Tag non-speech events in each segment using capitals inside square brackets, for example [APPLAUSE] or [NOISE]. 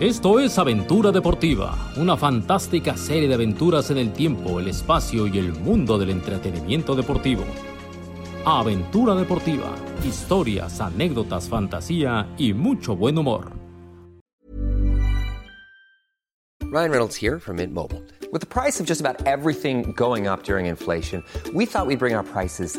Esto es Aventura Deportiva, una fantástica serie de aventuras en el tiempo, el espacio y el mundo del entretenimiento deportivo. Aventura Deportiva, historias, anécdotas, fantasía y mucho buen humor. Ryan Reynolds here from Mint Mobile. With the price of just about everything going up during inflation, we thought we'd bring our prices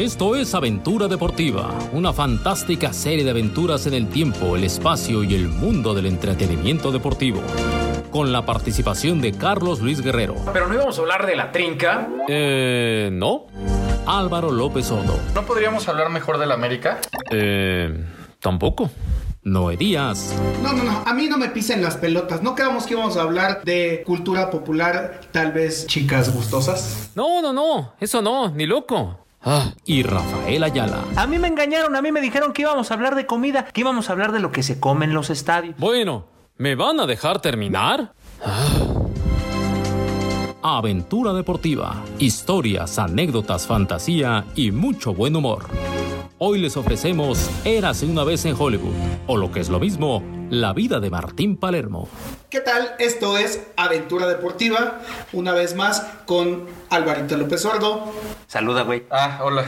Esto es Aventura Deportiva, una fantástica serie de aventuras en el tiempo, el espacio y el mundo del entretenimiento deportivo. Con la participación de Carlos Luis Guerrero, Pero no íbamos a hablar de la trinca. Eh, no. Álvaro López Odo, ¿No podríamos hablar mejor de la América? Eh, tampoco. Noé Díaz, No, no, no, a mí no me pisen las pelotas. No creamos que íbamos a hablar de cultura popular, tal vez chicas gustosas. No, no, no. Eso no, ni loco. Ah, y Rafael Ayala. A mí me engañaron, a mí me dijeron que íbamos a hablar de comida, que íbamos a hablar de lo que se come en los estadios. bueno, ¿me van a dejar terminar? Ah. Aventura Deportiva, historias, anécdotas, fantasía y mucho buen humor. Hoy les ofrecemos Érase una vez en Hollywood, o lo que es lo mismo, la vida de Martín Palermo. ¿Qué tal? Esto es Aventura Deportiva, una vez más con Alvarito López Sordo. Saluda, güey. Ah, hola.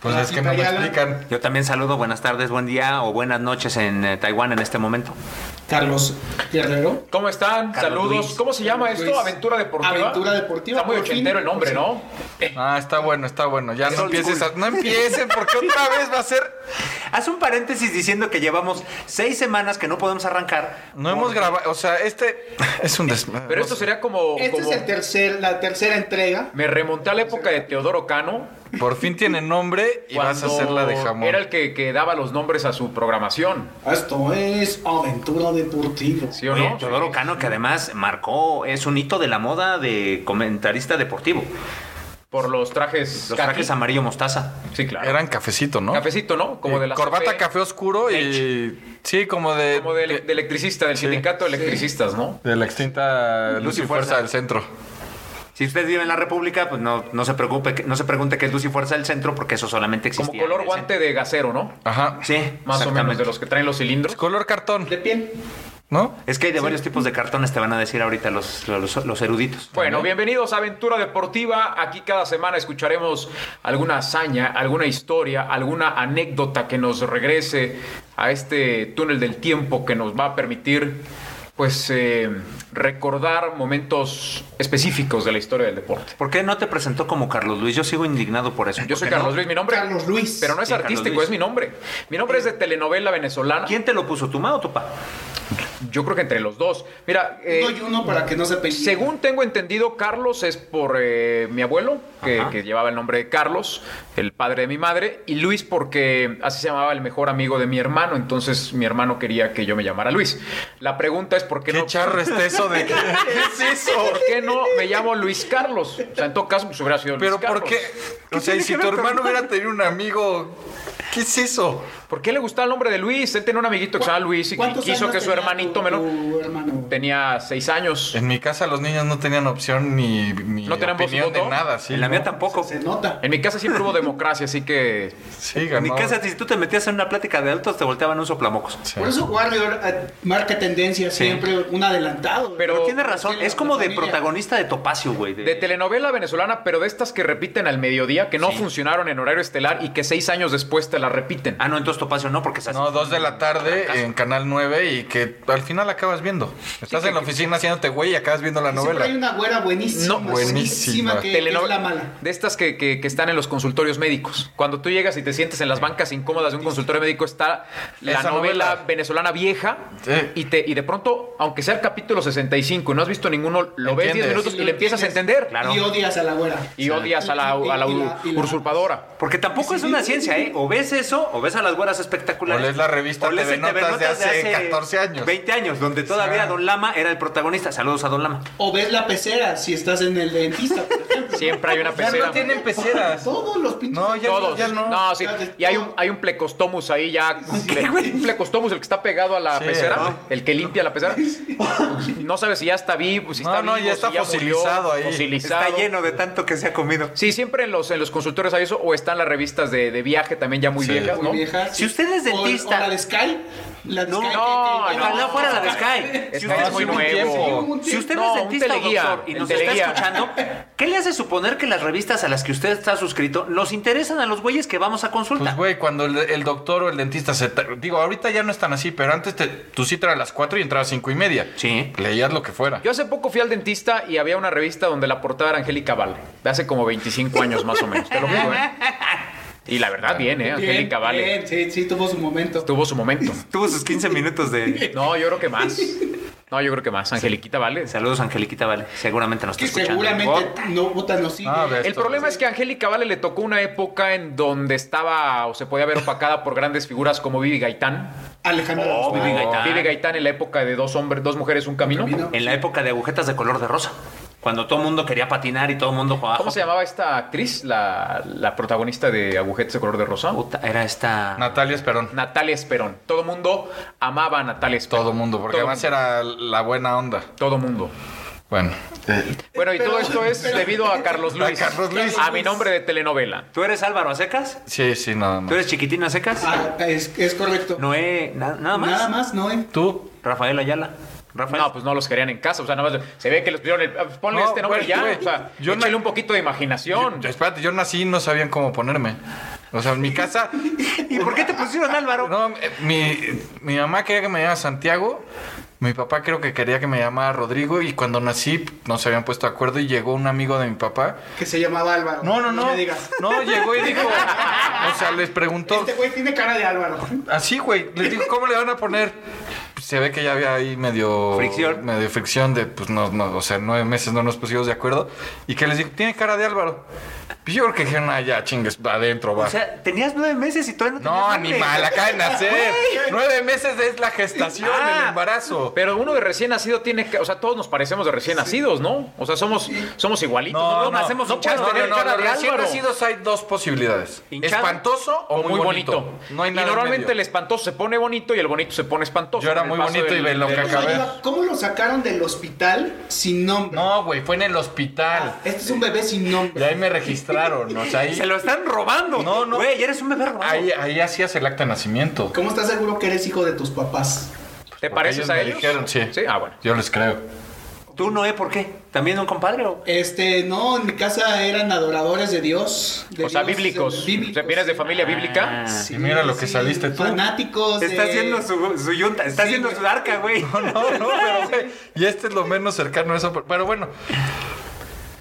Pues Hola, es que no me Ayala. explican. Yo también saludo, buenas tardes, buen día o buenas noches en eh, Taiwán en este momento. Carlos Guerrero. ¿Cómo están? Carlos Saludos. Luis. ¿Cómo se llama Carlos esto? Luis. Aventura deportiva. Aventura deportiva, Está muy por fin. ochentero el nombre, ¿no? Ah, está bueno, está bueno. Ya no Old empieces, a- school. no empieces, porque otra vez va a ser. Haz un paréntesis diciendo que llevamos seis semanas que no podemos arrancar. No hemos grabado, o sea, este es un des. Pero esto sería como. Esta Este es como- el tercer, la tercera entrega. me remonté a la época de Teodoro Cano. Por fin tiene nombre y vas a cuando hacer la de jamón. Era el que, que daba los nombres a su programación. Esto es Aventura Deportiva. ¿Sí o Oye, no? Teodoro Cano, que además marcó, es un hito de la moda de comentarista deportivo. Por los trajes. Los caqui. trajes amarillo mostaza. Sí, claro. Eran cafecito, ¿no? Cafecito, ¿no? Como Eh, de la Corbata CFE. café oscuro y. Sí, como de. Como de, ele- de electricista, del Sí. sindicato de electricistas, ¿no? de la extinta Luz Luz y y Ah, Fuerza Fuerza. del Centro. Si usted vive en la República, pues no, no se preocupe, que- no se pregunte qué es Luz y Fuerza del Centro, porque eso solamente Como existía. en color el guante de gasero, ¿no? Ajá. centro. Sí, Más o menos, exactamente. de los que traen los cilindros. Color cartón, De piel. ¿no? Es que hay de varios tipos de cartones, te van a decir ahorita los, los, los eruditos. Bueno, bienvenidos a Aventura Deportiva. Aquí cada semana escucharemos alguna hazaña, alguna historia, alguna anécdota que nos regrese a este túnel del tiempo que nos va a permitir, pues, eh, recordar momentos específicos de la historia del deporte. ¿Por qué no te presentó como Carlos Luis? Yo sigo indignado por eso. Yo soy Porque Carlos no- Luis, mi nombre. Carlos Luis. Pero no es Sí, Carlos artístico, Luis. Eh, es mi nombre. Mi nombre es de telenovela venezolana. ¿Quién te lo puso, tu ma o tu pa? Yo creo que entre los dos. Mira, eh, Uno y uno para que no se peleen. Según tengo entendido, Carlos es por eh, mi abuelo, que, Ajá. que llevaba el nombre de Carlos, el padre de mi madre, y Luis porque así se llamaba el mejor amigo de mi hermano, entonces mi hermano quería que yo me llamara Luis. La pregunta es por qué Qué no... charro está Este, eso de. [LAUGHS] ¿Qué es eso? ¿Por qué no me llamo Luis Carlos? O sea, en todo caso, pues hubiera sido Luis Pero Carlos. ¿por qué? O sea, y si tu hermano hubiera tenido un amigo, ¿qué es eso? ¿Por qué le gustaba el nombre de Luis? Él tenía un amiguito que se llamaba Luis y y ¿Cuántos quiso años que su tenía hermanito tu- menor... tu hermano? Tenía seis años. En mi casa los niños no tenían opción ni, ni ¿No tenían voz y opinión de voto? nada, sí. en la mía ¿no? tampoco. Se nota. En mi casa siempre hubo democracia, así que Sí, En ganó. mi casa, si tú te metías en una plática de altos, te volteaban un soplamocos. Sí. Por eso Warrior eh, marca tendencia siempre, un adelantado. Pero- Pero, tiene razón, Sí, es la- como la de familia. protagonista de Topacio, güey. De telenovela venezolana, pero de estas que repiten al mediodía, que no funcionaron en horario estelar y que seis años después te la repiten. Ah, no, entonces Topacio no, porque Ah, es así. No, dos de la tarde en Canal 9 y que al final acabas viendo. Estás en la oficina haciéndote güey y acabas viendo la Siempre hay novela. una güera No, buenísima. buenísima. que, que es Teleno- la mala. De estas que, que- que están en los consultorios médicos. Cuando tú llegas y te sientes en las bancas incómodas de un consultorio médico, está la Esa novela, novela. venezolana vieja. Sí. Y, te, y de pronto, aunque sea el capítulo 65 y no has visto ninguno, lo ves 10 Entiendes. minutos Y y, lo le empiezas a entiendes. entender. Claro. Y odias a la güera. Y odias a la, a la Y la- y la- usurpadora. Porque tampoco es una ciencia, ¿eh? O ves eso, o ves a las obras espectaculares. O lees la revista O lees TV el Notas de hace 14 años. 20 años, donde todavía Don Lama era el protagonista. Saludos a Don Lama. O ves la pecera si estás en el dentista, por [LAUGHS] ejemplo. Siempre hay una Ya pecera. no tienen peceras. Todos los pinches. No, ya, Todos. ya no. No, sí. Y hay un, hay un plecostomus ahí ya. Ple- un plecostomus, el que está pegado a la Sí, pecera, ¿no? el que limpia la pecera. No sabes si ya está vivo, si está No, no, vivo, ya está si murió, fosilizado ahí. fosilizado. Está lleno de tanto que se ha comido. Sí, siempre en los, en los consultorios hay eso, o están las revistas de, de viaje también ya muy Sí. viejas, ¿no? Muy vieja. Si usted es O- dentista- O, la de Sky. La de No, Sky que- no, que- Ojalá no. fuera la de Sky. Si Sky usted es es muy un tiempo. nuevo. Si usted No, es un dentista o teleguía, doctor y el nos teleguía. está escuchando, ¿qué le hace suponer que las revistas a las que usted está suscrito nos interesan a los güeyes que vamos a Pues, consulta? güey, cuando el, el doctor o el dentista se... ta- Digo, ahorita ya no están así, pero antes te, tu cita era a las 4 y entrabas a 5 y media. Sí. Leías lo que fuera. Yo hace poco fui al dentista y había una revista donde la portada era Angélica Vale, de hace como 25 años más o menos, te lo juro, ¿eh? Y la verdad, bien, ¿eh? Bien, Angélica Vale. bien, sí, sí, tuvo su momento. Tuvo su momento. Tuvo sus 15 minutos de... No, yo creo que más. No, yo creo que más. Angeliquita, ¿vale? Saludos, Angeliquita, vale. Seguramente nos está Que escuchando. seguramente no votan los sigue. Ah, ves. El problema es que a Angélica Vale le tocó una época en donde estaba o se podía ver opacada por grandes figuras como Vivi Gaitán. Alejandro Guzmán. Vivi Oh, Gaitán. Vivi Gaitán en la época de dos hombres, dos mujeres, un camino. Camino. En la época de agujetas de color de rosa. Cuando todo el mundo quería patinar y todo el mundo jugaba. ¿Cómo se llamaba esta actriz, la, la protagonista de Agujetas de color de rosa? Puta, era esta... Natalia Esperón. Natalia Esperón. Todo mundo amaba a Natalia Esperón. Todo mundo, porque Todo además mundo. era la buena onda. Todo mundo. Bueno. Bueno, y todo esto es debido Eh, a Carlos Luis. A Carlos Luis. A mi nombre de telenovela. ¿Tú eres Álvaro a secas? Sí, sí, nada más. ¿Tú eres Chiquitina a secas? Ah, es, es correcto. Noé, na- nada más. Nada más, no, eh. ¿Tú? Rafael Ayala. Rafael. No, pues no los querían en casa. O sea, nada más se ve que les pusieron el. Ponle No, este nombre güey, ya. güey, o sea, yo échale no- un poquito de imaginación. Yo- espérate, yo nací y no sabían cómo ponerme. O sea, en mi casa... ¿Y por qué te pusieron Álvaro? No, eh, mi, mi mamá quería que me llamara Santiago. Mi papá creo que quería que me llamara Rodrigo. Y cuando nací no se habían puesto de acuerdo y llegó un amigo de mi papá. Que se llamaba Álvaro. No, no, no. me digas. No, llegó y dijo... O sea, les preguntó... Este güey tiene cara de Álvaro. Así, güey. Les digo, ¿cómo le van a poner? Pues, Se ve que ya había ahí medio... Fricción. Medio fricción de, pues, no, no, o sea, nueve meses no nos pusimos de acuerdo. Y que les digo, tiene cara de Álvaro. Pues yo creo que dijeron, ah, ya, chingues, adentro va. O sea, tenías nueve meses y todavía no tenías no, nombre. animal, acaba de nacer. Nueve meses es la gestación, Ah. el embarazo. Pero uno de recién nacido tiene que. O sea, todos nos parecemos de recién nacidos, ¿no? O sea, somos, somos igualitos. no, nacemos no hinchados. puedes tener no, cara los de recién Álvaro. nacidos hay dos posibilidades. Hinchado Espantoso o, O muy bonito. No hay nada y en normalmente medio. el espantoso se pone bonito y el bonito se pone espantoso. Yo era Con el muy paso bonito y del- ve lo del- que acabé. ver. ¿Cómo lo sacaron del hospital sin nombre? No, güey, fue en el hospital. Este es un bebé sin Y nombre. ahí me registraron, o sea, ahí... Se lo están robando. No, no. Güey, eres un bebé robado. Ahí, ahí hacías el acta de nacimiento. ¿Cómo estás seguro que eres hijo de tus papás? ¿Te pareces ellos a me ellos? dijeron, sí. Ah, bueno. Yo les creo. Tú, Noé, ¿por qué? ¿También un compadre o...? Este, no, en mi casa eran adoradores de Dios. de O sea, Dios, bíblicos. eh, bíblicos. O sea, vienes de familia bíblica. Ah. Sí, y mira lo que sí, saliste tú. Fanáticos. Está de- haciendo su, su yunta, está Sí, haciendo güey. su arca, güey. [LAUGHS] No, no, pero güey, y este es lo menos cercano a eso. Pero, pero bueno.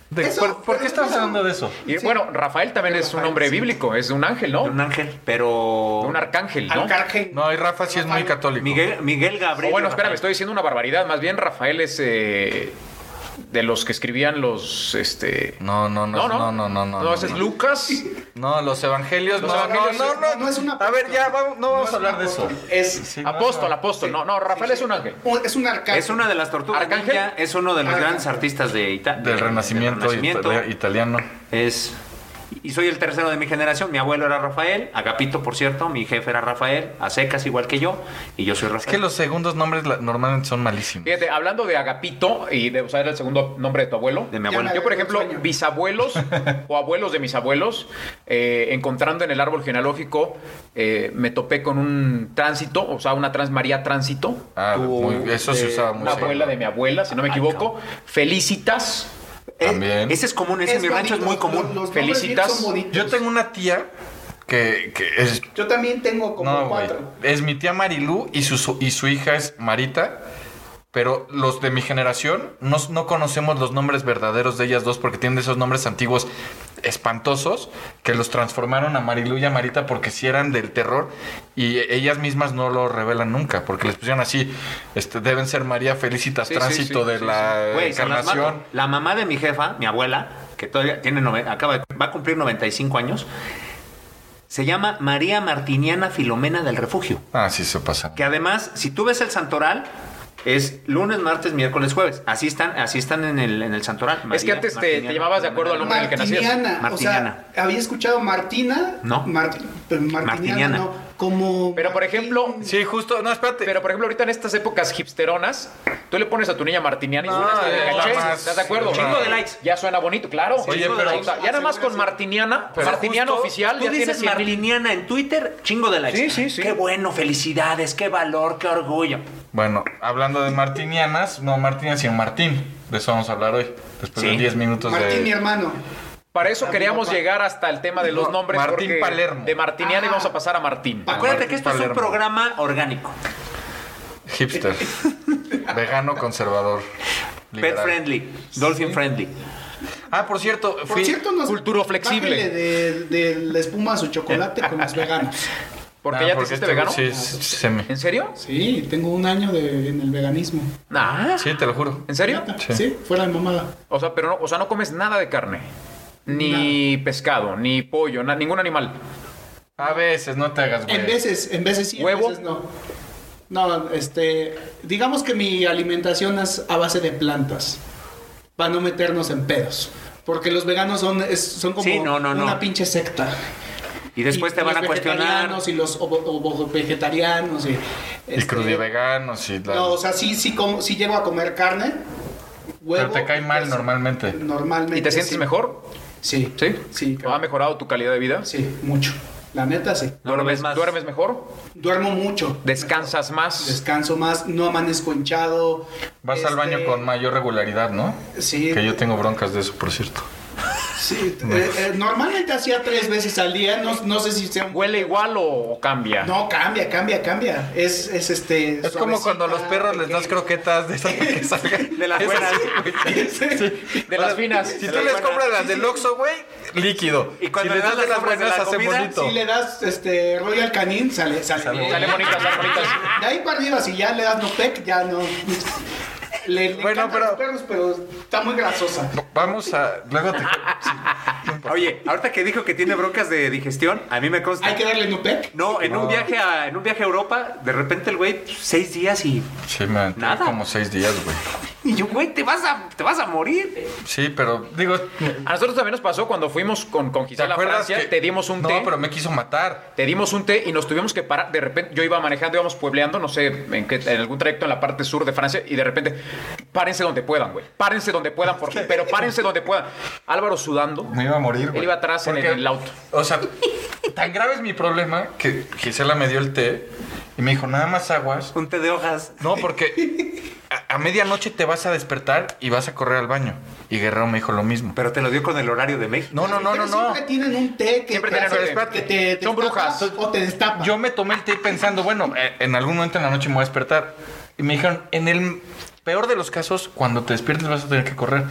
De- Eso, ¿por, por qué pero estamos eso- hablando de eso? Y bueno, Rafael también es un Rafael, hombre sí. bíblico, es un ángel, ¿no? Un ángel, pero... Un arcángel, Ah, ¿no? Arcángel. No, y Rafa sí es muy católico. Miguel, Miguel Gabriel. O bueno, espérame, Rafael. estoy diciendo una barbaridad. Más bien, Rafael es eh, de los que escribían los. Este... No, no, no, no, no, no, no. ese es Lucas. No, los evangelios, Los no, evangelios no, es- no, no, no es un A ver, ya, vamos, no vamos es a hablar un de eso. apóstol, Es, Sí, no, apóstol, no. apóstol. No, no, Rafael es un ángel. un- es un arcángel. Es una de las tortugas ¿Arcángel? ninja, es uno de los Arcángel. grandes artistas de Italia. Del renacimiento, itali- italiano. Es... Y soy el tercero de mi generación. Mi abuelo era Rafael, Agapito, por cierto. Mi jefe era Rafael, a secas igual que yo. Y yo soy Es que Rafael. Eh, los segundos nombres la- normalmente son malísimos. Fíjate, hablando de Agapito y de usar el segundo nombre de tu abuelo. De mi abuelo. Yo, por ejemplo, Sueño. bisabuelos o abuelos de mis abuelos, eh, encontrando en el árbol genealógico, eh, me topé con un tránsito, o sea, una trans María Tránsito. Ah, muy- eso se de usaba mucho. Una abuela de mi abuela, si no me equivoco. Felicitas. Eh, También. Ese es común, ese en mi rancho es muy bonito, común. los- los Felicitas. nombres bien son bonitos. Yo tengo una tía que, que es Yo también tengo como No, güey. cuatro. Es mi tía Marilú y su, y su hija es Marita. Pero los de mi generación no, no conocemos los nombres verdaderos de ellas dos porque tienen esos nombres antiguos espantosos que los transformaron a Marilú y a Marita porque si eran del terror y ellas mismas no lo revelan nunca porque les pusieron así, este, deben ser María Felicitas Sí, sí, Tránsito sí, de sí, la Güey, se las Encarnación. mato. La mamá de mi jefa, mi abuela, que todavía tiene nove- acaba de- va a cumplir 95 años, Se llama María Martiniana Filomena del Refugio. Ah, sí se pasa. Que además, si tú ves el santoral, es lunes, martes, miércoles, jueves. Así están, así están en el, en el santoral. Es que María, antes te- Martiniana, te llamabas de acuerdo al nombre del que nacías. Martiniana. O sea, Martiniana. había escuchado Martina. No. Marti- pero Martiniana. Martiniana. No, como. Pero, por ejemplo, Sí, justo. No, espérate. Pero por ejemplo, ahorita en estas épocas hipsteronas, tú le pones a tu niña Martiniana y No, suena hasta de eh, cachés, jamás. ¿Estás de acuerdo? Chingo de likes. Ya suena bonito, claro. Oye, Chingo de pero- likes. ya nada más con Martiniana, Pero Martiniana justo, oficial, Tú ya tienes dices 100 mil. Martiniana en Twitter, chingo de likes. Sí, sí, sí. Qué bueno, felicidades, qué valor, qué orgullo. Bueno, hablando de martinianas, no martinianas, sino Martín. De eso vamos a hablar hoy. Después de Sí. 10 minutos Martín, mi de. hermano. Para eso queríamos llegar hasta el tema de los No, nombres. Martín porque Palermo. De Martiniana y vamos a pasar a Martín. Acuérdate que esto es un Palermo. programa orgánico, Hipster. Vegano conservador. pet liberal. friendly, dolphin friendly. Ah, por cierto, fui. Por cierto, nos. Culturo flexible. bájale De, de la espuma a su chocolate con los veganos. Porque Ah, ya te porque hiciste este- vegano. Sí, sí, sí, se me- ¿En serio? Sí, tengo un año de- en el veganismo. Nah. sí, te lo juro. ¿En serio? Neta, Sí. Sí, fuera de mamada. O sea, pero no, o sea, no comes nada de carne. Ni pescado, ni pollo, na- ningún animal. A veces, no te hagas, güey. En veces, en veces sí, en ¿Huevo? veces no. No, este, digamos que mi alimentación es a base de plantas, para no meternos en pedos. Porque los veganos son, es- son como Sí, no, no, una no. pinche secta. Y después Y te van los a cuestionar. vegetarianos Y los ovo- ovo- vegetarianos y... este, Y crudiveganos y la- No, o sea, sí, sí, como, sí llego a comer carne, Pero huevo... te cae y mal queso. normalmente. Normalmente ¿Y te sientes sí. mejor? Sí. ¿Sí? Sí, ¿Ha mejorado tu calidad de vida? sí, mucho. La neta, sí. No lo ves ¿Duermes, más. ¿Duermes mejor? Duermo mucho. ¿Descansas más? descanso más, no amanezco hinchado. Vas al Este, baño con mayor regularidad, ¿no? Sí, Que yo tengo broncas de eso, por cierto. sí, eh, eh, normalmente hacía tres veces al día, no, no sé si sea un... ¿Huele igual o, o cambia? No, cambia, cambia, cambia. Es, es este... Es como cuando a los perros les das croquetas de esas para que salgan. [LAUGHS] De las Esas, buenas. güey. Sí. De las finas. Si De tú las les buenas. compras las del Oxxo, güey, líquido. Y cuando si le das las sobras de la hace comida, bonito. Si le das este Royal Canin, sale, sale, bien. Sale bonitas, sale bonitas. De ahí para arriba, si ya le das Nopec, ya no... Le, le Bueno, encantan pero- los perros, pero está muy grasosa. Vamos a... Luego te... Oye, ahorita que dijo que tiene broncas de digestión, a mí me consta. Hay que darle Nopec. No, en un viaje a, en un viaje a Europa, de repente el güey pues, seis días y, Sí, me aventé Nada. como seis días, güey. y yo, güey, te vas a, te vas a morir. Sí, pero digo... A nosotros también nos pasó cuando fuimos con, con ¿Te Gisela a acuerdas Francia, que- te dimos un no, té. pero me quiso matar. Te dimos un té y nos tuvimos que parar. De repente, yo iba manejando, íbamos puebleando, no sé, en, qué, en algún trayecto en la parte sur de Francia, y de repente, párense donde puedan, güey. Párense donde puedan, [LAUGHS] por favor, pero párense donde puedan. Álvaro sudando. Me iba a morir, güey. Él iba atrás en Porque, el- el auto. O sea, tan grave es mi problema que Gisela me dio el té y me dijo, nada más aguas. Un té de hojas. No, porque a, a medianoche te vas a despertar y vas a correr al baño. Y Guerrero me dijo lo mismo. Pero te lo dio con el horario de México. No, no, no, no, Pero no. Siempre tienen un té que Siempre te, tienen hace- un té. que te- te Son destapa brujas. O te destapa. Yo me tomé el té pensando, bueno, eh, en algún momento en la noche me voy a despertar. Y me dijeron, en el peor de los casos, cuando te despiertes vas a tener que correr.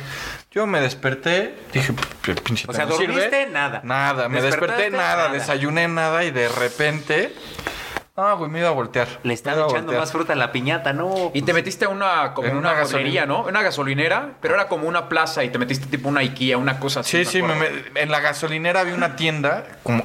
Yo me desperté, dije, "P- pinche O té sea, no sirve". dormiste nada. Nada, me Despertaste, desperté nada, nada. desayuné nada y de repente... Ah, güey, me iba a voltear. Me Le iba están a echando voltear. más fruta a la piñata, no. Y te metiste a una como En una, una gasolinería, gasolin- ¿no? Una gasolinera, pero era como una plaza y te metiste tipo una IKEA, una cosa Sí, así. sí, me acuerdo. met- en la gasolinera había una tienda, como...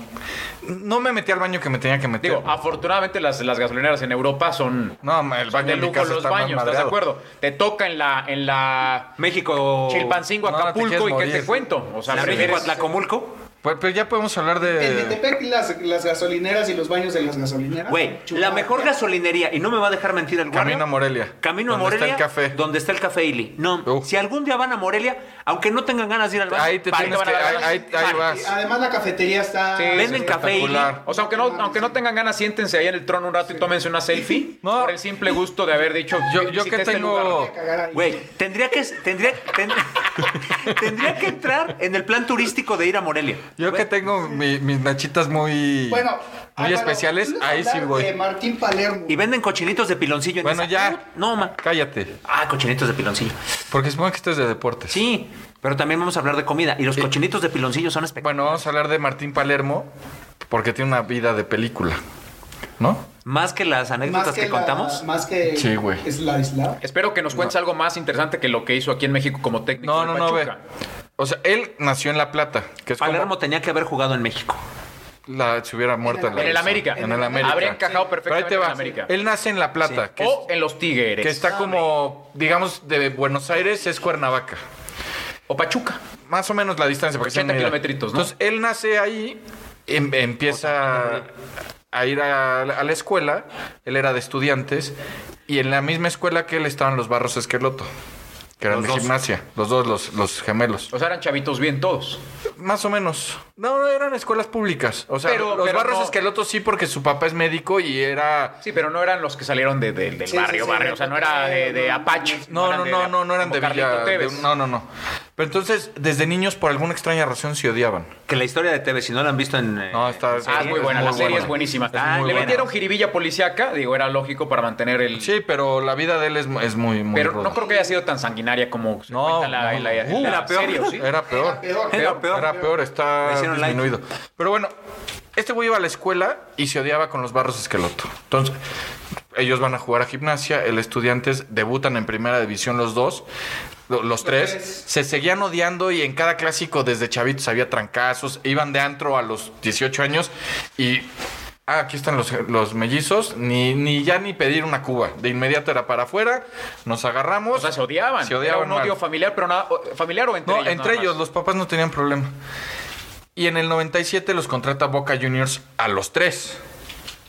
No me metí al baño que me tenía que meter. Digo, afortunadamente las, las gasolineras en Europa son no, ma, el son baño de en mi lujo casa los está más baños, ¿estás de madreado. acuerdo? Te toca en la en la México. Chilpancingo, Oh, no, te Acapulco quieres y qué te morir. cuento. O sea, La si México eres- Atlacomulco. Pues, pero ya podemos hablar En de... Metepec, las, las gasolineras y los baños de las gasolineras. Güey, la Chulada. mejor gasolinería, y no me va a dejar mentir el guardia. Camino a Morelia. Camino a Donde está Morelia. el café. Donde está el café Ili. No, Uh. si algún día van a Morelia, aunque no tengan ganas de ir al baño, Ahí te paren. tienes que... van a Ahí, dar ahí- ahí Y vas. Además la cafetería está... Sí. Venden café Ili. espectacular. O sea, aunque no, aunque no tengan ganas, siéntense ahí en el trono un rato y tómense una selfie No. por el simple gusto de haber dicho Yo, yo "Visité que este lugar". tengo... Cagar ahí. Güey, tendría que, tendría, ten- [LAUGHS] tendría que entrar en el plan turístico de ir a Morelia. Yo que Güey, tengo mi- mis nachitas muy... Bueno, eh, muy Álvaro, especiales, ¿tú ibas a ahí sí hablar de voy. Martín Palermo. Y venden cochinitos de piloncillo en Bueno, esa- Ah, ya. No, ma. Cállate. Ah, cochinitos de piloncillo. Porque supongo que esto es de deportes. Sí, pero también vamos a hablar de comida. Y los cochinitos de piloncillo son espectaculares. Bueno, vamos a hablar de Martín Palermo porque tiene una vida de película. ¿No? Más que las anécdotas que, la- contamos. Más que... Sí, güey. Es la isla. Espero que nos cuentes algo más interesante que lo que hizo aquí en México como técnico No, de no, no, ve. Pachuca. O sea, él nació en La Plata, que es como- Palermo tenía que haber jugado en México. la, se hubiera muerto. En el América. En el América. Habría encajado Pero ahí perfectamente te en va. el América. Él nace en La Plata. que o es- en los Tigres. que está como, digamos, de Buenos Aires es Cuernavaca. O Pachuca. Más o menos la distancia. Porque 80 sí, mira. kilometritos, ¿no? Entonces, él nace ahí, em- empieza a ir a, la- a la escuela, él era de estudiantes, y en la misma escuela que él estaban los Barros Esqueloto, que eran Los de dos. gimnasia, los dos, los, los gemelos. O sea, eran chavitos bien todos. Más o menos. No, no, eran escuelas públicas. O sea, Pero- los pero Barros no. Esqueloto sí, porque su papá es médico y era... Sí, pero no eran los que salieron de- de- del Sí, sí, barrio, sí, barrio. de O sea, no era de, de Apache. No, no, eran no, de- no, no eran como de Carlito Villa... de- Tevez. no, no, no. Pero entonces, desde niños, por alguna extraña razón, se odiaban. Que la historia de Tevez, si no la han visto en. eh, No, está- en Ah, es muy buena, la muy serie buena. es buenísima. Es muy Ah, Le buena. metieron jiribilla policíaca, digo, era lógico para mantener el... Sí, pero la vida de él es, es muy, muy pero ruda. no creo que haya sido tan sanguinaria como se No, cuenta la, no, la- la- uh, la era peor. serie, ¿o sí? Era peor. Peor. Era peor. Era peor, Me está hicieron live. disminuido. Pero bueno, este güey iba a la escuela y se odiaba con los barros esqueloto. Entonces, ellos van a jugar a gimnasia, el estudiantes debutan en primera división los dos. lo- Los tres se seguían odiando y en cada clásico desde chavitos había trancazos. Iban de antro a los 18 años y. Ah, aquí están los, los mellizos. Ni, ni ya ni pedir una cuba. De inmediato era para afuera. Nos agarramos. O sea, se odiaban. Se odiaban. Era un odio mal. familiar, pero nada... o- ¿Familiar o entre No, ellos? entre nada ellos, más? los papás no tenían problema. Y en el 97 los contrata Boca Juniors a los tres.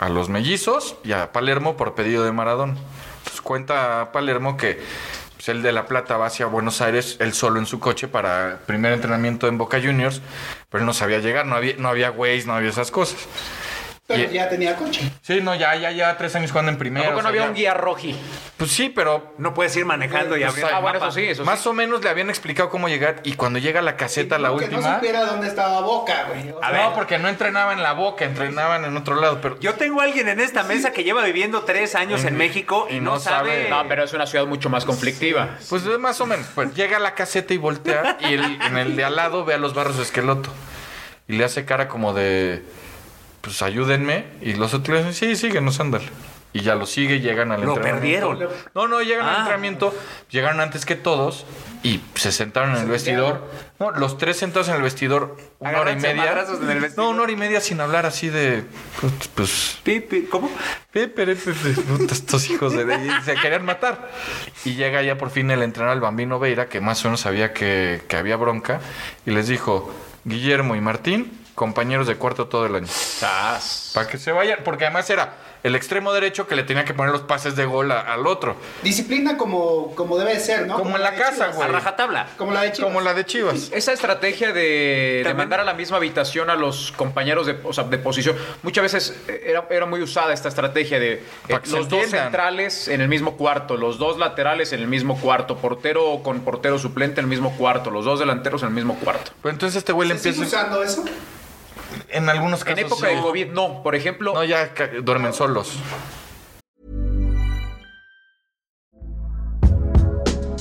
A los mellizos y a Palermo por pedido de Maradona. Pues cuenta Palermo que pues, el de La Plata va hacia Buenos Aires, él solo en su coche para primer entrenamiento en Boca Juniors, pero él no sabía llegar, no había, no había Waze, no había esas cosas. Pero Y- ya tenía coche. Sí, no, ya, ya, ya, tres años jugando en primera. Tampoco o sea, no había ya- un guía roji. Pues sí, pero No puedes ir manejando y Pues, abrir. ah, el Ah, bueno, mapa. eso sí, eso más sí. o menos le habían explicado cómo llegar y cuando llega la caseta, la Porque última... no supiera dónde estaba Boca, güey. O A sea, ver. No, porque no entrenaban en la boca, entrenaban en otro lado, pero Yo tengo a alguien en esta mesa que lleva viviendo tres años en México y, Y no, no sabe. sabe. No, pero es una ciudad mucho más conflictiva. pues eh, más o menos, pues llega a la caseta y voltea y el- en el de al lado ve a los barros de esqueloto y le hace cara como de pues ayúdenme y los otros le dicen, "Sí, síguenos, ándale." Y ya lo sigue, llegan al Lo entrenamiento. perdieron. No, no, llegan al Ah. entrenamiento, llegaron antes que todos y se sentaron en el vestidor. No, los tres sentados en el vestidor una hora y Agarrándose a media. madrazos en el vestidor. No, una hora y media sin hablar así de pues, pues Pi, pi, ¿Cómo? Pepe, estos hijos de y se querían matar. Y llega ya por fin el entrenador, el bambino Veira, que más o menos sabía que, que había bronca, y les dijo, Guillermo y Martín, compañeros de cuarto todo el año. Sas. Para que se vayan, porque además era el extremo derecho que le tenía que poner los pases de gol a- al otro. Disciplina como, como debe de ser, ¿no? Como en la de casa, Chivas. güey. A rajatabla. Como la de Chivas. Como la de Chivas. Esa estrategia de, de También- mandar a la misma habitación a los compañeros de, o sea, de posición, muchas veces eh, era, era muy usada esta estrategia de eh, Para que se los dos entiendan. centrales en el mismo cuarto, los dos laterales en el mismo cuarto, portero con portero suplente en el mismo cuarto, los dos delanteros en el mismo cuarto. Pero entonces este güey le ¿Se sigue empieza... usando eso? En algunos En casos... época sí. de COVID, no. Por ejemplo, No, ya ca- duermen solos.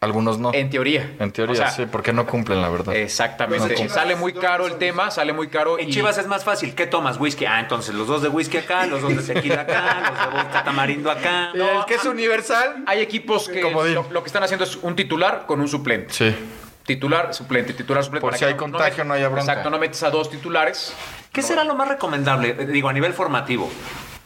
Algunos no. en En, teoría. teoría, O sea, sí, porque no cumplen, la verdad. Pues Exactamente. sale muy caro el tema, sale muy caro. En y- Chivas es más fácil. ¿Qué tomas? Whisky. Ah, entonces los dos de whisky acá, los dos de tequila acá, los de vodka tamarindo acá. [LAUGHS] el que es universal... hay equipos que Comodín. lo, lo que están haciendo es un titular con un suplente. Sí. Titular, suplente, titular, suplente. Por para si que hay contagio, no haya bronca. Exacto, no metes a dos titulares. ¿Qué será lo más recomendable? Eh, Digo, a nivel formativo.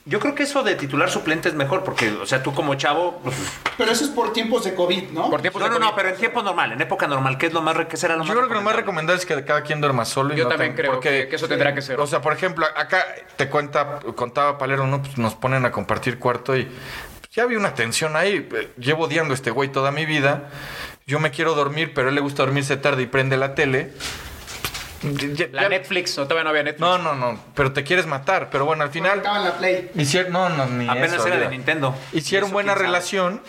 Yo creo que eso de titular suplente es mejor porque, o sea, tú como chavo. pues, Pero eso es por tiempos de COVID, ¿no? Por tiempos no, de no, no, COVID. pero en tiempo normal, en época normal, ¿qué es lo más re- qué será lo Yo más creo que lo más recomendable es que cada quien duerma solo. Y Yo no también tan- creo que- que eso tendrá que ser. O sea, por ejemplo, acá te cuenta, contaba Palero, ¿no? Pues nos ponen a compartir cuarto y pues, ya había una tensión ahí. Eh, Llevo odiando a este güey toda mi vida. Yo me quiero dormir, pero a él le gusta dormirse tarde y prende la tele. La Netflix, no, todavía no había Netflix. No, no, no, pero te quieres matar. Pero bueno, al final. Estaban la Play. Hicieron, no, no, ni Apenas eso, era de olvídalo. Nintendo. Hicieron Ah, Eso, buena quién sabe. relación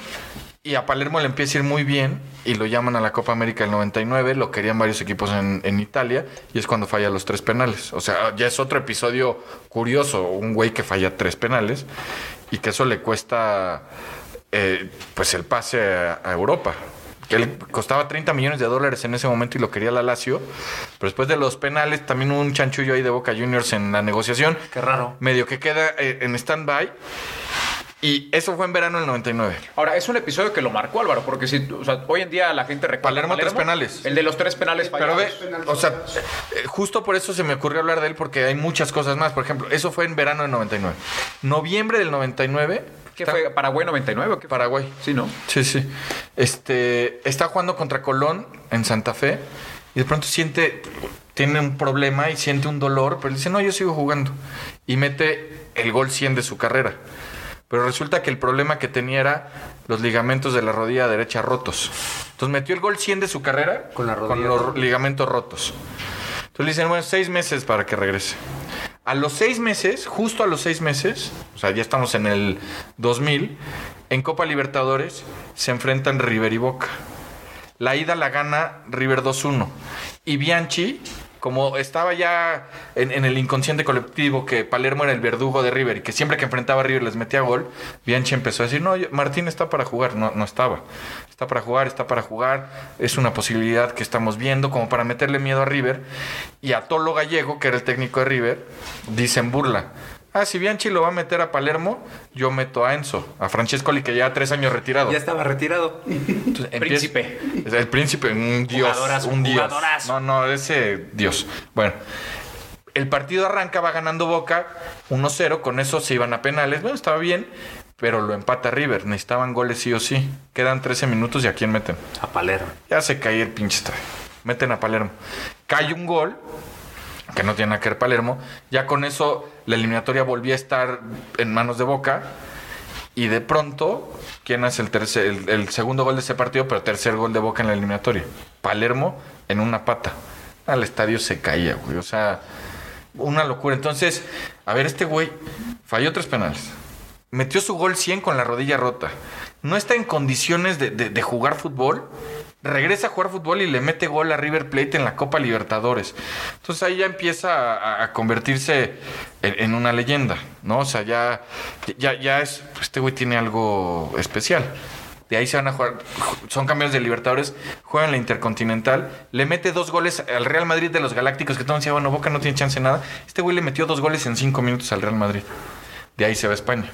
y a Palermo le empieza a ir muy bien y lo llaman a la Copa América del 99, lo querían varios equipos en, en Italia y es cuando falla los tres penales. O sea, ya es otro episodio curioso, un güey que falla tres penales y que eso le cuesta eh, pues el pase a, a Europa. Que le costaba 30 millones de dólares en ese momento y lo quería la Lazio. Pero después de los penales, también hubo un chanchullo ahí de Boca Juniors en la negociación. Qué raro. Medio que queda eh, en stand-by. Y eso fue en verano del 99. Ahora, es un episodio que lo marcó Álvaro, porque si, o sea, hoy en día la gente recuerda. Palermo, tres penales. El de los tres penales Pero fallados. ve, o sea, eh, justo por eso se me ocurrió hablar de él porque hay muchas cosas más. Por ejemplo, eso fue en verano del 99. Noviembre del 99. ¿Qué está- fue? ¿Paraguay 99 o qué? fue? Paraguay. Sí, ¿no? Sí, sí. Este está jugando contra Colón en Santa Fe y de pronto siente tiene un problema y siente un dolor, pero él dice, "No, yo sigo jugando." Y mete el gol 100 de su carrera. Pero resulta que el problema que tenía era los ligamentos de la rodilla derecha rotos. Entonces metió el gol 100 de su carrera Con la rodilla los rota. ligamentos rotos. Entonces le dicen, bueno, seis meses para que regrese. A los seis meses, justo a los seis meses, o sea, ya estamos en el 2000, en Copa Libertadores se enfrentan River y Boca. La ida la gana River 2-1. Y Bianchi, como estaba ya en, en el inconsciente colectivo que Palermo era el verdugo de River y que siempre que enfrentaba a River les metía gol, Bianchi empezó a decir, no, yo- Martín está para jugar. No, no estaba. Está para jugar, está para jugar. Es una posibilidad que estamos viendo como para meterle miedo a River. Y a Tolo Gallego, que era el técnico de River, dicen burla. Ah, si Bianchi lo va a meter a Palermo, yo meto a Enzo, a Francesco Li, que ya tres años retirado. Ya estaba retirado. Entonces, empieza- Príncipe. Es El príncipe, un dios. Jugadorazo, un dios. No, jugadorazo. no, ese dios. Bueno, el partido arranca, va ganando Boca 1-0. Con eso se iban a penales. Bueno, estaba bien, pero lo empata River. Necesitaban goles sí o sí. Quedan 13 minutos y a quién meten. A Palermo. Ya se cae el pinche estadio. Meten a Palermo. Cae un gol, que no tiene nada que ver Palermo. Ya con eso la eliminatoria volvía a estar en manos de Boca. Y de pronto, ¿quién hace el, tercer, el, el segundo gol de ese partido? Pero tercer gol de Boca en la eliminatoria. Palermo en una pata. Al estadio se caía, güey. O sea, una locura. Entonces, a ver, este güey falló tres penales. Metió su gol 100 con la rodilla rota. No está en condiciones de, de- de jugar fútbol. Regresa a jugar fútbol y le mete gol a River Plate en la Copa Libertadores. Entonces ahí ya empieza a, a convertirse en, en una leyenda, ¿no? O sea, ya, ya, ya es. Este güey tiene algo especial. De ahí se van a jugar. Son campeones de Libertadores, juegan la Intercontinental, le mete dos goles al Real Madrid de los Galácticos, que todos decían, bueno, Boca no tiene chance de nada. Este güey le metió dos goles en cinco minutos al Real Madrid. De ahí se va a España,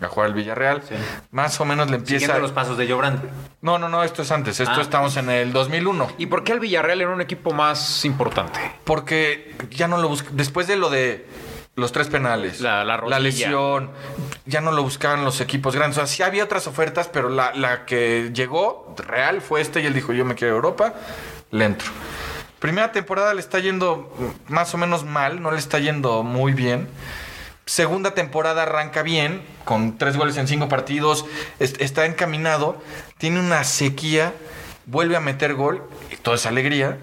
a jugar al Villarreal. Más o menos le empieza. Siguiendo los pasos de Llobrán. No, no, no, esto es antes. Esto Ah. estamos en el 2001. ¿Y por qué el Villarreal era un equipo más importante? Porque ya no lo buscaban. Después de lo de los tres penales, La- la rodilla. lesión, ya no lo buscaban los equipos grandes. O sea, sí había otras ofertas, pero la, la que llegó real fue esta y él dijo: Yo me quiero a Europa, le entro. Primera temporada le está yendo mm, más o menos mal, no le está yendo muy bien. Segunda temporada arranca bien, con tres goles en cinco partidos, es- está encaminado, tiene una sequía, vuelve a meter gol, y toda esa alegría,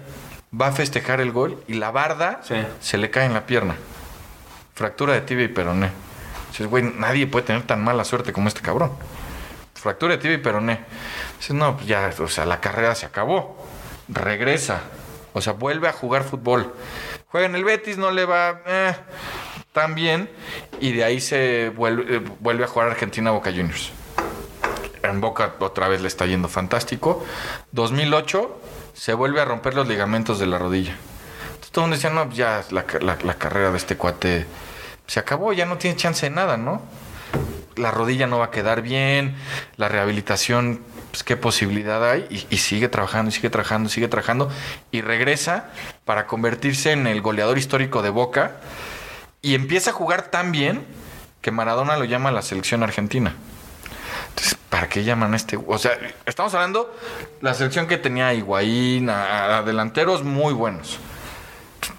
va a festejar el gol y la barda Sí. se le cae en la pierna. Fractura de tibia y peroné. Dices, güey, nadie puede tener tan mala suerte como este cabrón. Fractura de tibia y peroné. Dices, no, pues ya, o sea, la carrera se acabó. Regresa. O sea, vuelve a jugar fútbol. Juega en el Betis, no le va eh, tan bien. Y de ahí se vuelve, eh, vuelve a jugar Argentina Boca Juniors. En Boca otra vez le está yendo fantástico. 2008 se vuelve a romper los ligamentos de la rodilla. Entonces, todo el mundo decía, no, pues ya la, ca- la- la carrera de este cuate se acabó, ya no tiene chance de nada, ¿no? La rodilla no va a quedar bien, la rehabilitación, pues qué posibilidad hay, y, y sigue trabajando, y sigue trabajando, y sigue trabajando, y regresa para convertirse en el goleador histórico de Boca, y empieza a jugar tan bien que Maradona lo llama a la selección argentina. Entonces, ¿para qué llaman a este? güey? O sea, estamos hablando la selección que tenía a Higuaín, a, a delanteros muy buenos.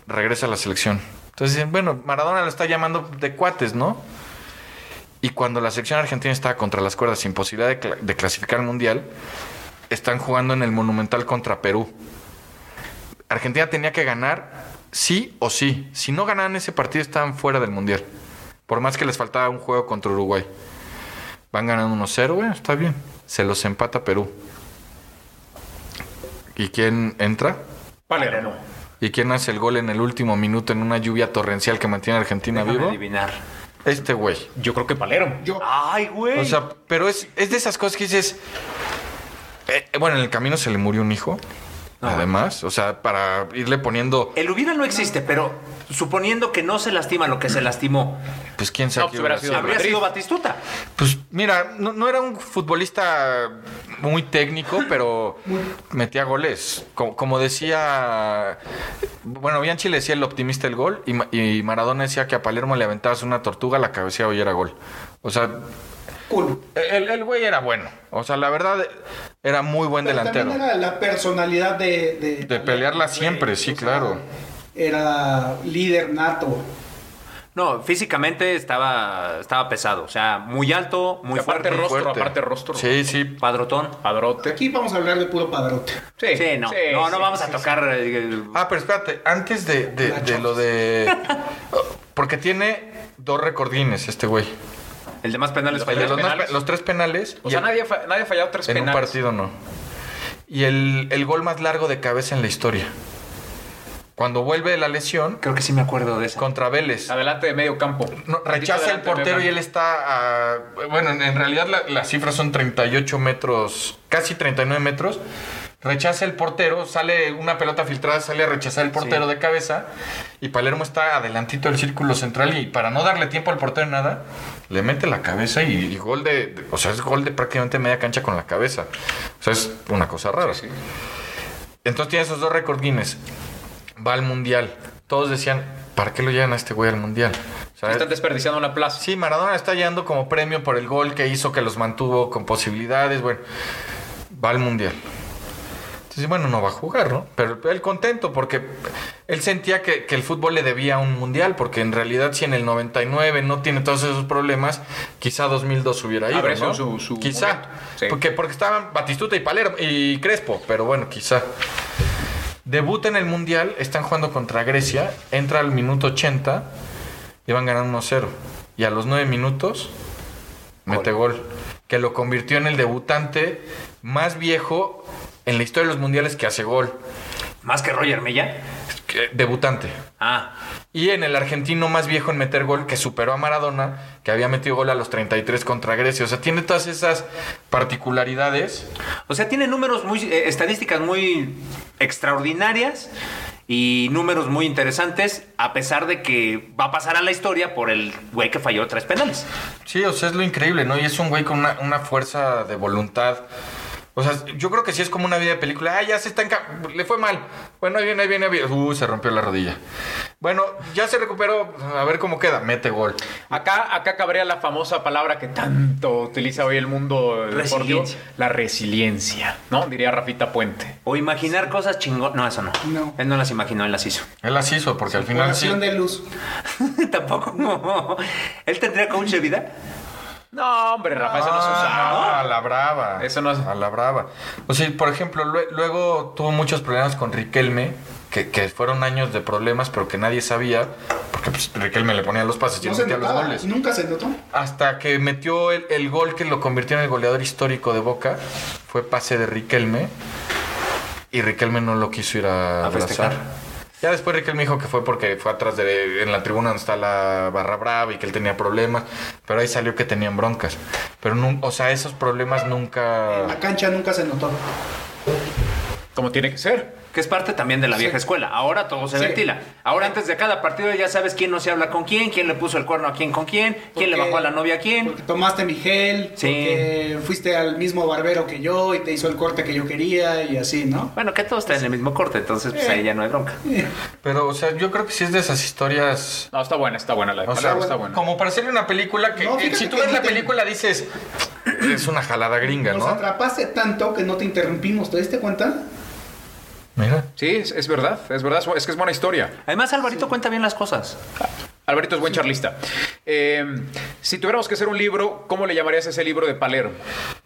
Regresa a la selección. Entonces dicen, bueno, Maradona lo está llamando de cuates, ¿no? Y cuando la selección argentina estaba contra las cuerdas sin posibilidad de, cla- de clasificar al mundial, están jugando en el Monumental contra Perú. Argentina tenía que ganar sí o sí. Si no ganaban ese partido, estaban fuera del mundial. Por más que les faltaba un juego contra Uruguay. Van ganando 1-0, güey, está bien. Se los empata Perú. ¿Y quién entra? Palermo. ¿Y quién hace el gol en el último minuto en una lluvia torrencial que mantiene a Argentina Déjame vivo? adivinar. Este güey. Yo creo que Palermo. Ay, güey. O sea, pero es, es de esas cosas que dices. eh, bueno, en el camino se le murió un hijo. Además, o sea, para irle poniendo, el hubiera no existe, pero suponiendo que no se lastima lo que se lastimó, pues quién sabe No, qué hubiera pues, hubiera sido sido. habría sido Batistuta. Pues mira, no, no era un futbolista muy técnico, pero metía goles. Como, como decía, bueno, Bianchi le decía el optimista el gol y, Ma- y Maradona decía que a Palermo le aventabas una tortuga, la cabeceaba y era gol. O sea, Cool. el el güey era bueno. O sea, la verdad, era muy buen Pero delantero. También era la personalidad de... De, De pelearla siempre, sí, O sea, claro. Era líder nato. No, físicamente estaba, estaba pesado. O sea, muy alto, muy Y aparte fuerte. rostro, fuerte. aparte rostro. Sí, sí. Padrotón. Padrote. Aquí vamos a hablar de puro padrote. Sí, Sí, no. sí, no, no sí, vamos sí, a tocar. eh, el- Ah, pero espérate, antes de, de- de lo de... Porque tiene dos recordines este güey. el demás penales El de falló. Los, más penales? pe- los tres penales. O y sea, el- nadie, ha fa- nadie ha fallado tres En un penales. partido no. Y el, el gol más largo de cabeza en la historia. Cuando vuelve la lesión Creo que sí me acuerdo de eso. contra Vélez. Adelante de medio campo. No, rechaza el Adelante de medio portero y él campo. está a- Bueno, en, en realidad la- las cifras son 38 metros, casi 39 metros. Rechaza el portero, sale una pelota filtrada, sale a rechazar el portero de cabeza. Y Palermo está adelantito del círculo central y para no darle tiempo al portero nada, le mete la cabeza y, y gol de, de- O sea, es gol de prácticamente media cancha con la cabeza. O sea, es una cosa rara. Entonces tiene esos dos récord Guinness. Va al mundial. Todos decían, ¿para qué lo llevan a este güey al mundial? O sea, Están desperdiciando una plaza. Sí, Maradona está llegando como premio por el gol que hizo que los mantuvo con posibilidades. Bueno, va al mundial. Entonces, bueno, no va a jugar, ¿no? Pero él contento porque él sentía que, que el fútbol le debía un mundial, porque en realidad si en el 99 no tiene todos esos problemas, quizá 2002 hubiera ido, Habría ¿no? sido Ah, su- su quizá, momento, sí. porque, porque estaban Batistuta y Palermo y Crespo, pero bueno, quizá. Debuta en el mundial, están jugando contra Grecia, entra al minuto 80, iban ganando 1-0 y a los 9 minutos mete gol, que lo convirtió en el debutante más viejo en la historia de los mundiales que hace gol, Más que Roger Mella. que- debutante. Ah, Y en el argentino más viejo en meter gol, que superó a Maradona, que había metido gol a los 33 contra Grecia. O sea, tiene todas esas particularidades. o sea, tiene números muy. eh, estadísticas muy extraordinarias y números muy interesantes, a pesar de que va a pasar a la historia por el güey que falló tres penales. Sí, o sea, es lo increíble, ¿no? Y es un güey con una, una fuerza de voluntad. O sea, yo creo que sí es como una vida de película. Ah, ya se está enca- Le fue mal. Bueno, ahí viene, ahí viene, ahí viene. Uh, se rompió la rodilla. Bueno, ya se recuperó. A ver cómo queda. Mete gol. Acá, acá cabría la famosa palabra que tanto utiliza hoy el mundo deportivo. Resiliencia. La resiliencia, ¿no? Diría Rafita Puente. O imaginar cosas chingón. No, eso no. No. Él no las imaginó, él las hizo. [LAUGHS] Él las hizo, porque al final sí. Oración de luz. Tampoco. no. ¿Él tendría coach de vida? No, hombre, Rafa, eso no se usa. Ah, a la brava. Eso no es- A la brava. O sea, por ejemplo, lue- luego tuvo muchos problemas con Riquelme, que, que fueron años de problemas, pero que nadie sabía, porque pues, Riquelme le ponía los pases y No no se metía los notaba. goles. Nunca se notó. Hasta que metió el, el gol que lo convirtió en el goleador histórico de Boca, fue pase de Riquelme, y Riquelme no lo quiso ir a, A festejar. abrazar. Ya después Riquelme dijo que fue porque fue atrás de en la tribuna donde está la barra brava y que él tenía problemas, pero ahí salió que tenían broncas. Pero nun- o sea, esos problemas En nunca la cancha nunca se notó. Como tiene que ser. Que es parte también de la vieja escuela. Ahora todo se Sí. ventila. Ahora antes de cada partido ya sabes quién no se habla con quién, quién le puso el cuerno a quién con quién, quién le Porque- bajó a la novia a quién. Porque tomaste mi gel, Sí. porque fuiste al mismo barbero que yo y te hizo el corte que yo quería y [LAUGHS] así, ¿no? Bueno, que todos en el mismo corte, entonces pues ahí ya no hay bronca. Pero o sea, yo creo que sí es de esas historias No, está buena, está buena la de o sea, palabra, está buena. como para hacerle una película que No, fíjate si tú que ves ni la te- película dices es una jalada gringa, Nos ¿no? atrapaste tanto que no te interrumpimos, ¿te diste cuenta? Mira. Sí, es, es verdad, es verdad, es que es buena historia. Además Alvarito cuenta bien las cosas. Alvarito es buen charlista. Eh, si tuviéramos que hacer un libro, ¿cómo le llamarías a ese libro de Palermo?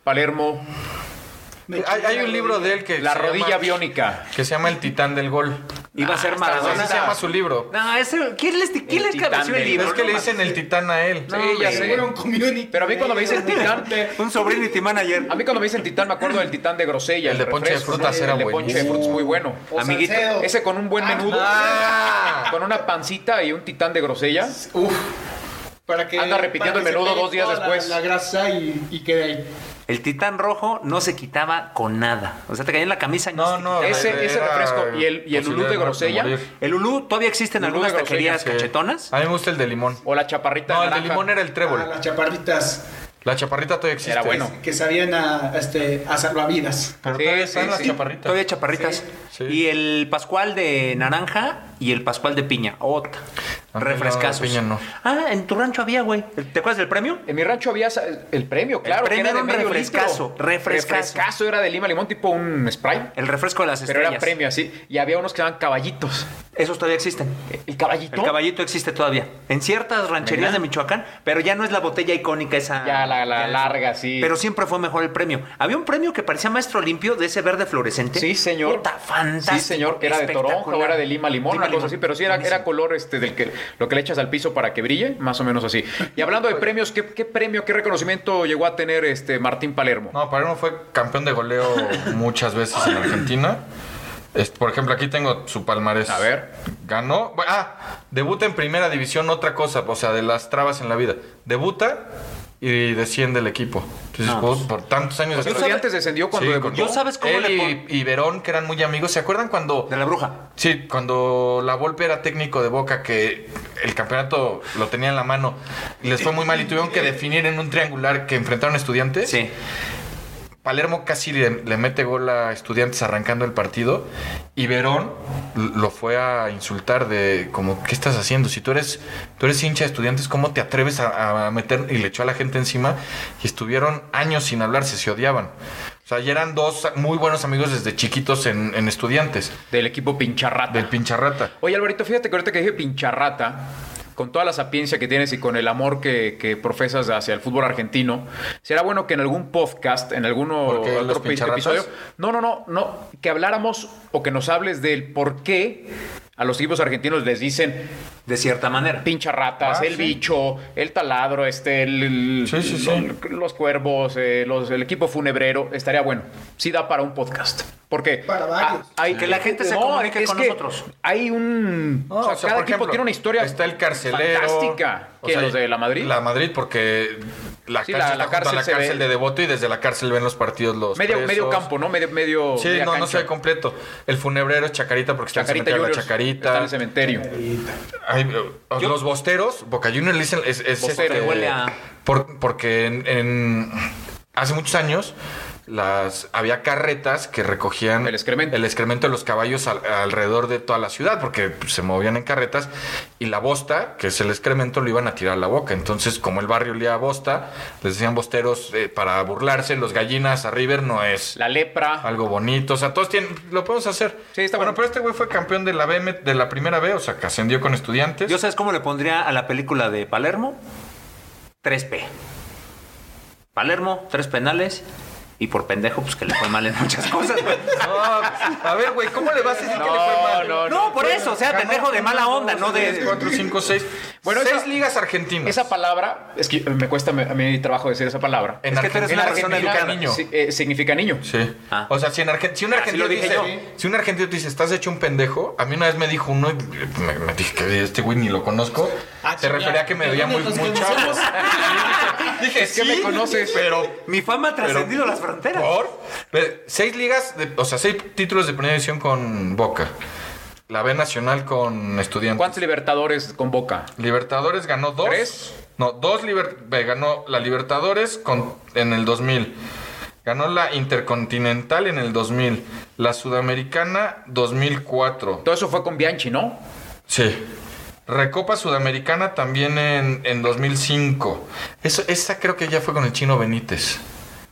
Palermo, Me Hay, hay un libro de él que La se llama- rodilla biónica. que se llama El Titán del Gol. Iba a ser Maradona. Así Ah, se llama su libro. No, ese, ¿quién les, quién les titán cabeció el del- libro? Es que No le mames. dicen el titán a él. Sí, ya sé. Era un community. Pero a mí cuando me dicen titán, [LAUGHS] Un sobrinity manager. a mí cuando me dicen titán me acuerdo del titán de grosella. El de ponche de refresco, frutas era El de ponche de buenísimo. frutas muy bueno. O amiguito, Salcedo. Ese con un buen menudo, Ah. con una pancita y un titán de grosella. Uf. Para que, Anda repitiendo para el que se menudo pegue dos días toda la- después. La, grasa y, y quede ahí. El titán rojo no se quitaba con nada. O sea, te caía en la camisa y No, no, se no. quitaba. Ese- ese era refresco y el- y el Ulú de posibilidad grosella. morir. El Ulú todavía existen Ulú algunas de grosella, taquerías Sí. cachetonas. A mí me gusta el de limón. O la chaparrita No, de el de naranja. Ah, limón era el A trébol. las chaparritas La chaparrita todavía existe. Era bueno. que sabían a, este, a salvavidas. Pero Sí, todavía sí, están las sí. chaparritas. Todavía chaparritas. Sí. Y el Pascual de naranja y el Pascual de piña. Otra. no, Refrescasos. de piña no. Ah, en tu rancho había, güey. ¿Te acuerdas del premio? En mi rancho había sa- el premio, claro. que premio de era un medio refrescazo, litro. refrescazo. Refrescazo era de lima limón, tipo un Sprite. El refresco de las Pero estrellas. era premio así. Y había unos que eran caballitos. Esos todavía existen. ¿El caballito? El caballito existe todavía. En ciertas rancherías Mira. de Michoacán, pero ya no es la botella icónica esa. Ya, la- la es- larga, sí. Pero siempre fue mejor el premio. Había un premio que parecía maestro limpio de ese verde fluorescente. Sí, señor. Puta, fantástico. Sí, señor, que era de espectacular. toronja o era de lima limón, una cosa así, pero sí era, era Buenísimo. color este del que lo que le echas al piso para que brille, más o menos así. Y hablando de premios, ¿qué, qué premio, qué reconocimiento llegó a tener este Martín Palermo? No, Palermo fue campeón de goleo muchas veces en Argentina. Es- por ejemplo, aquí tengo su palmarés. A ver. pues, Ganó. bu- Ah, debuta en primera división, otra cosa, o sea, de las trabas en la vida. Debuta y desciende el equipo. Entonces, No, jugó pues. por tantos años. Pues, Estudiantes descendió cuando debutó. con- Yo sabes cómo Él le y- y, Verón, que eran muy amigos, ¿se acuerdan cuando. De la bruja. Sí, cuando la Volpe era técnico de Boca, que el campeonato lo tenía en la mano y les fue muy mal y tuvieron que definir en un triangular que enfrentaron estudiantes. Sí. Palermo casi le, le mete gol a Estudiantes arrancando el partido y Verón l- lo fue a insultar de como ¿qué estás haciendo? Si tú eres tú eres hincha de Estudiantes, ¿cómo te atreves a, a meter y le echó a la gente encima? Y estuvieron años sin hablarse, se odiaban. O sea, ya eran dos muy buenos amigos desde chiquitos en, en Estudiantes Del equipo Pincharrata. del Pincharrata. Oye, Alvarito, fíjate que ahorita que dije pincharrata, con toda la sapiencia que tienes y con el amor que, que profesas hacia el fútbol argentino, será bueno que en algún podcast, en alguno ¿Por qué otro los epi- pincharratas? episodio, no, no, no, no, que habláramos o que nos hables del por qué a los equipos argentinos les dicen De cierta manera. pincharratas, Ah, el sí. bicho, el taladro, este, el, el- Sí, sí, sí. los, los cuervos, eh, los- el equipo funebrero, estaría bueno. Sí da para un podcast. Porque Para varios. hay- Que la gente se comunique con nosotros. Hay un No, o sea, o sea, cada por equipo ejemplo, tiene una historia Está el carcelero. fantástica. O ¿Quién, sea, los de la Madrid? La Madrid, porque la Sí, cárcel, la- está la junto a cárcel la se ve. cárcel de Devoto y desde la cárcel ven los partidos los medio, presos. medio campo, ¿no? Medio, medio Sí, media no, no se ve cancha. completo. El funebrero es Chacarita porque está en el Chacarita cementerio de Juniors la Chacarita. está en el cementerio. Ay, eh, los bosteros, Boca Juniors le dicen es, es Bostero, este, huele a- por- porque en, en- hace muchos años las había carretas que recogían El excremento. el excremento de los caballos al- alrededor de toda la ciudad porque pues, se movían en carretas y la bosta, que es el excremento, lo iban a tirar a la boca. Entonces, como el barrio olía a bosta, les decían bosteros eh, para burlarse, los gallinas a River no es La lepra. algo bonito. O sea, todos tienen, lo podemos hacer. Sí, está bueno, bueno. pero este güey fue campeón de la BM, de la primera B, o sea, que ascendió con estudiantes. ¿Yo sabes cómo le pondría a la película de Palermo? 3P. Palermo, tres penales. Y por pendejo, pues que le fue mal en muchas [LAUGHS] cosas. güey. No, a ver, güey, ¿cómo le vas a decir que le fue No, mal? no, No, por eso, o sea, pendejo de mala onda, no de. 4, 5, 6. Bueno, Bueno, seis esa- ligas argentinas. Esa palabra, es que me cuesta me- a mí trabajo decir esa palabra. En Es que tú eres Argentina, una persona significa educada. niño. Sí, eh, significa niño. Sí. Ah. O sea, si, en Argen- si un Así lo argentino dije dice, yo. si un argentino te dice, estás hecho un pendejo, a mí una vez me dijo uno, y me, me dije que este güey ni lo conozco, Ah, se chinga. refería a que me veía muy, Entonces, muy ¿qué chavo. hacemos? dije, Es que me conoces. pero Mi fama ha trascendido las fronteras. Por pero seis ligas, de- o sea, seis títulos de primera división con Boca. La B Nacional con Estudiantes. ¿Cuántos libertadores convoca? Libertadores ganó dos. ¿Tres? No, dos liber- eh, ganó la Libertadores con, en el 2000. Ganó la Intercontinental en el 2000. La Sudamericana 2004. Todo eso fue con Bianchi, ¿no? Sí. Recopa Sudamericana también en, en 2005. Eso, esa creo que ya fue con el chino Benítez.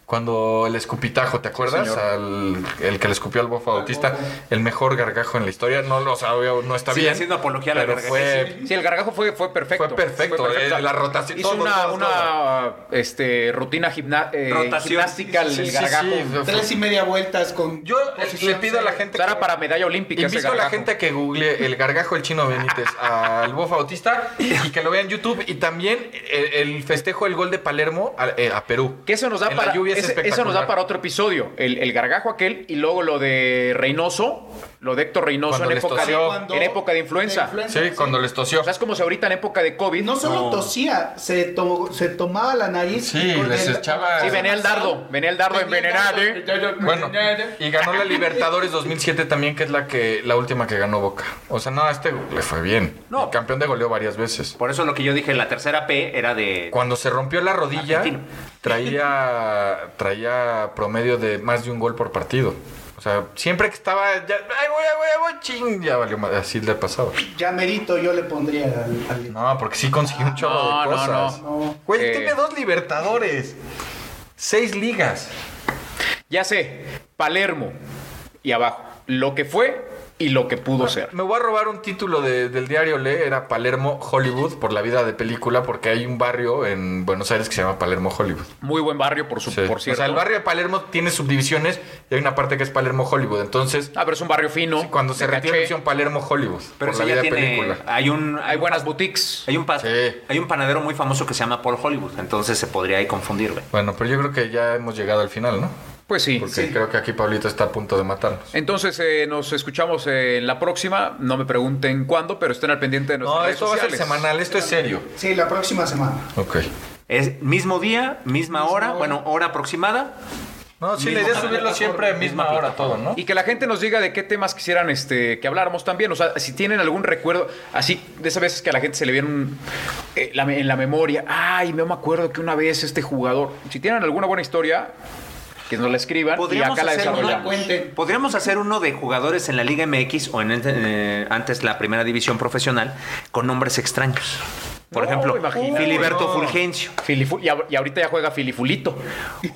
Cuando el escupitajo, ¿te acuerdas? señor. Al- el que le escupió al Bofo Bautista, el mejor gargajo en la historia. No lo sabe, no está Ah, Sigue bien. haciendo apología a la pero gargajo. fue, Sí, el gargajo fue, fue perfecto. Fue perfecto, eh, la rotación, Hizo todo, una, todo, una este, rutina gimna- eh, Rotación. gimnástica el Sí, sí, gargajo. sí, fue- Tres y media vueltas con. Yo eh, le pido a la gente. O sea, era para medalla olímpica ese Invito a la gargajo. gente a que google el gargajo el chino Benítez al Bofo Bautista y que lo vea en YouTube. Y también el, el festejo del gol de Palermo a, eh, a Perú. Que eso nos da En la para lluvia es ese- eso nos da espectacular. para otro episodio, el, el gargajo aquel y luego lo de Reynoso, lo de Héctor Reynoso Cuando en les época, tosió. de, en época de influenza. Sí, cuando les tosió. O sea, es como si ahorita en época de COVID No solo tosía, se, to- se tomaba la nariz. Sí, y con les echaba- Sí, venía el dardo, venía el dardo Venía el dardo. envenenado. ¿eh? Bueno, y ganó la Libertadores 2007 también, que es la que la última que ganó Boca. O sea, no, a este le fue bien. No. El campeón de goleo varias veces. Por eso lo que yo dije, la tercera P era de. Cuando se rompió la rodilla, Argentino. traía traía promedio de más de un gol por partido. O sea, siempre que estaba ya, ay, voy, ay, voy, ay, voy, ching, ya valió madre. Así le pasaba. Ya merito yo le pondría al. al- No, porque sí consiguió un chorro No, de no, cosas. no. Güey, Eh. tiene dos Libertadores. Seis ligas. Ya sé, Palermo y abajo, lo que fue y lo que pudo ser. Me voy a robar un título de- del diario Le, era Palermo Hollywood por la vida de película, porque hay un barrio en Buenos Aires que se llama Palermo Hollywood. Muy buen barrio por su Sí. por O cierto. sea, el barrio de Palermo tiene subdivisiones y hay una parte que es Palermo Hollywood. Entonces, Ah, pero es un barrio fino. cuando se de retira la caché. opción Palermo Hollywood Pero por la ese vida ya de tiene. película. Hay un. hay buenas boutiques. Hay un, pa- Sí. hay un panadero muy famoso que se llama Paul Hollywood, entonces se podría ahí confundir, güey. Bueno, pero yo creo que ya hemos llegado al final, ¿no? Pues sí. Porque creo que aquí Pablito está a punto de matarnos. Entonces eh, nos escuchamos eh, en la próxima. No me pregunten cuándo, pero estén al pendiente de nuestras No, redes esto va a ser sociales. semanal, ¿eh? esto es serio. Sí, la próxima semana. Ok. Es mismo día, misma hora, bueno, hora aproximada. No, sí, Mismo la idea es canal, subirlo mejor, siempre a misma misma hora todo, plataforma. ¿no? Y que la gente nos diga de qué temas quisieran este, que habláramos también. O sea, si tienen algún recuerdo, así de esas veces que a la gente se le viene un- eh, la me- en la memoria. Ay, no me acuerdo que una vez este jugador. Si tienen alguna buena historia, que nos la escriban y acá la hacer uno- desarrollamos. podríamos hacer uno de jugadores en la Liga MX o en, eh, antes la primera división profesional con nombres extraños. Por No, ejemplo, imagínate. Filiberto No. Fulgencio, Filifu- y, a- y ahorita ya juega Filifulito.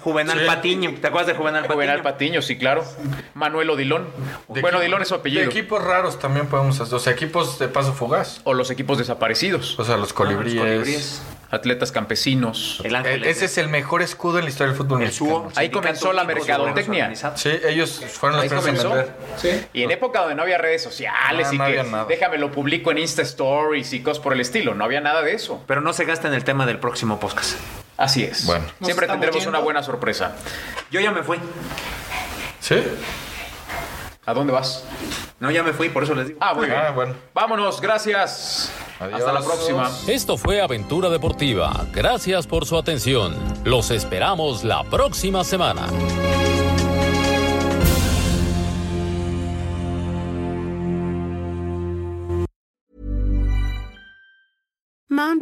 Juvenal Patiño. ¿Te acuerdas de Juvenal Patiño? Juvenal Patiño, sí, claro. Manuel Odilón. De bueno, equipo- Odilón es su apellido. De equipos raros también podemos hacer. O sea, equipos de paso fugaz. Pues- O los equipos desaparecidos. O sea, los Ah, los colibríes. colibríes. atletas campesinos. El Ángel. Eh, ese es el mejor escudo en la historia del fútbol el mexicano. Suo. Ahí comenzó la Sindicato de mercadotecnia. Obreros Organizados. Sí, ellos fueron los Ahí primeros en comenzó. vender. Sí. Y en época donde no había redes sociales Pues- Ah, y no que había nada. déjame lo publico en Insta Stories y cosas por el estilo, no había nada de eso. Pero no se gasta en el tema del próximo podcast. Así es. Bueno. Siempre Nos estamos tendremos yendo. una buena sorpresa. Yo ya me fui. ¿Sí? ¿A dónde vas? No, ya me fui, por eso les digo. Ah, muy bien. Ah, bueno. Vámonos, gracias. Hasta la Adiós. próxima. Esto fue Aventura Deportiva. Gracias por su atención. Los esperamos la próxima semana. Mom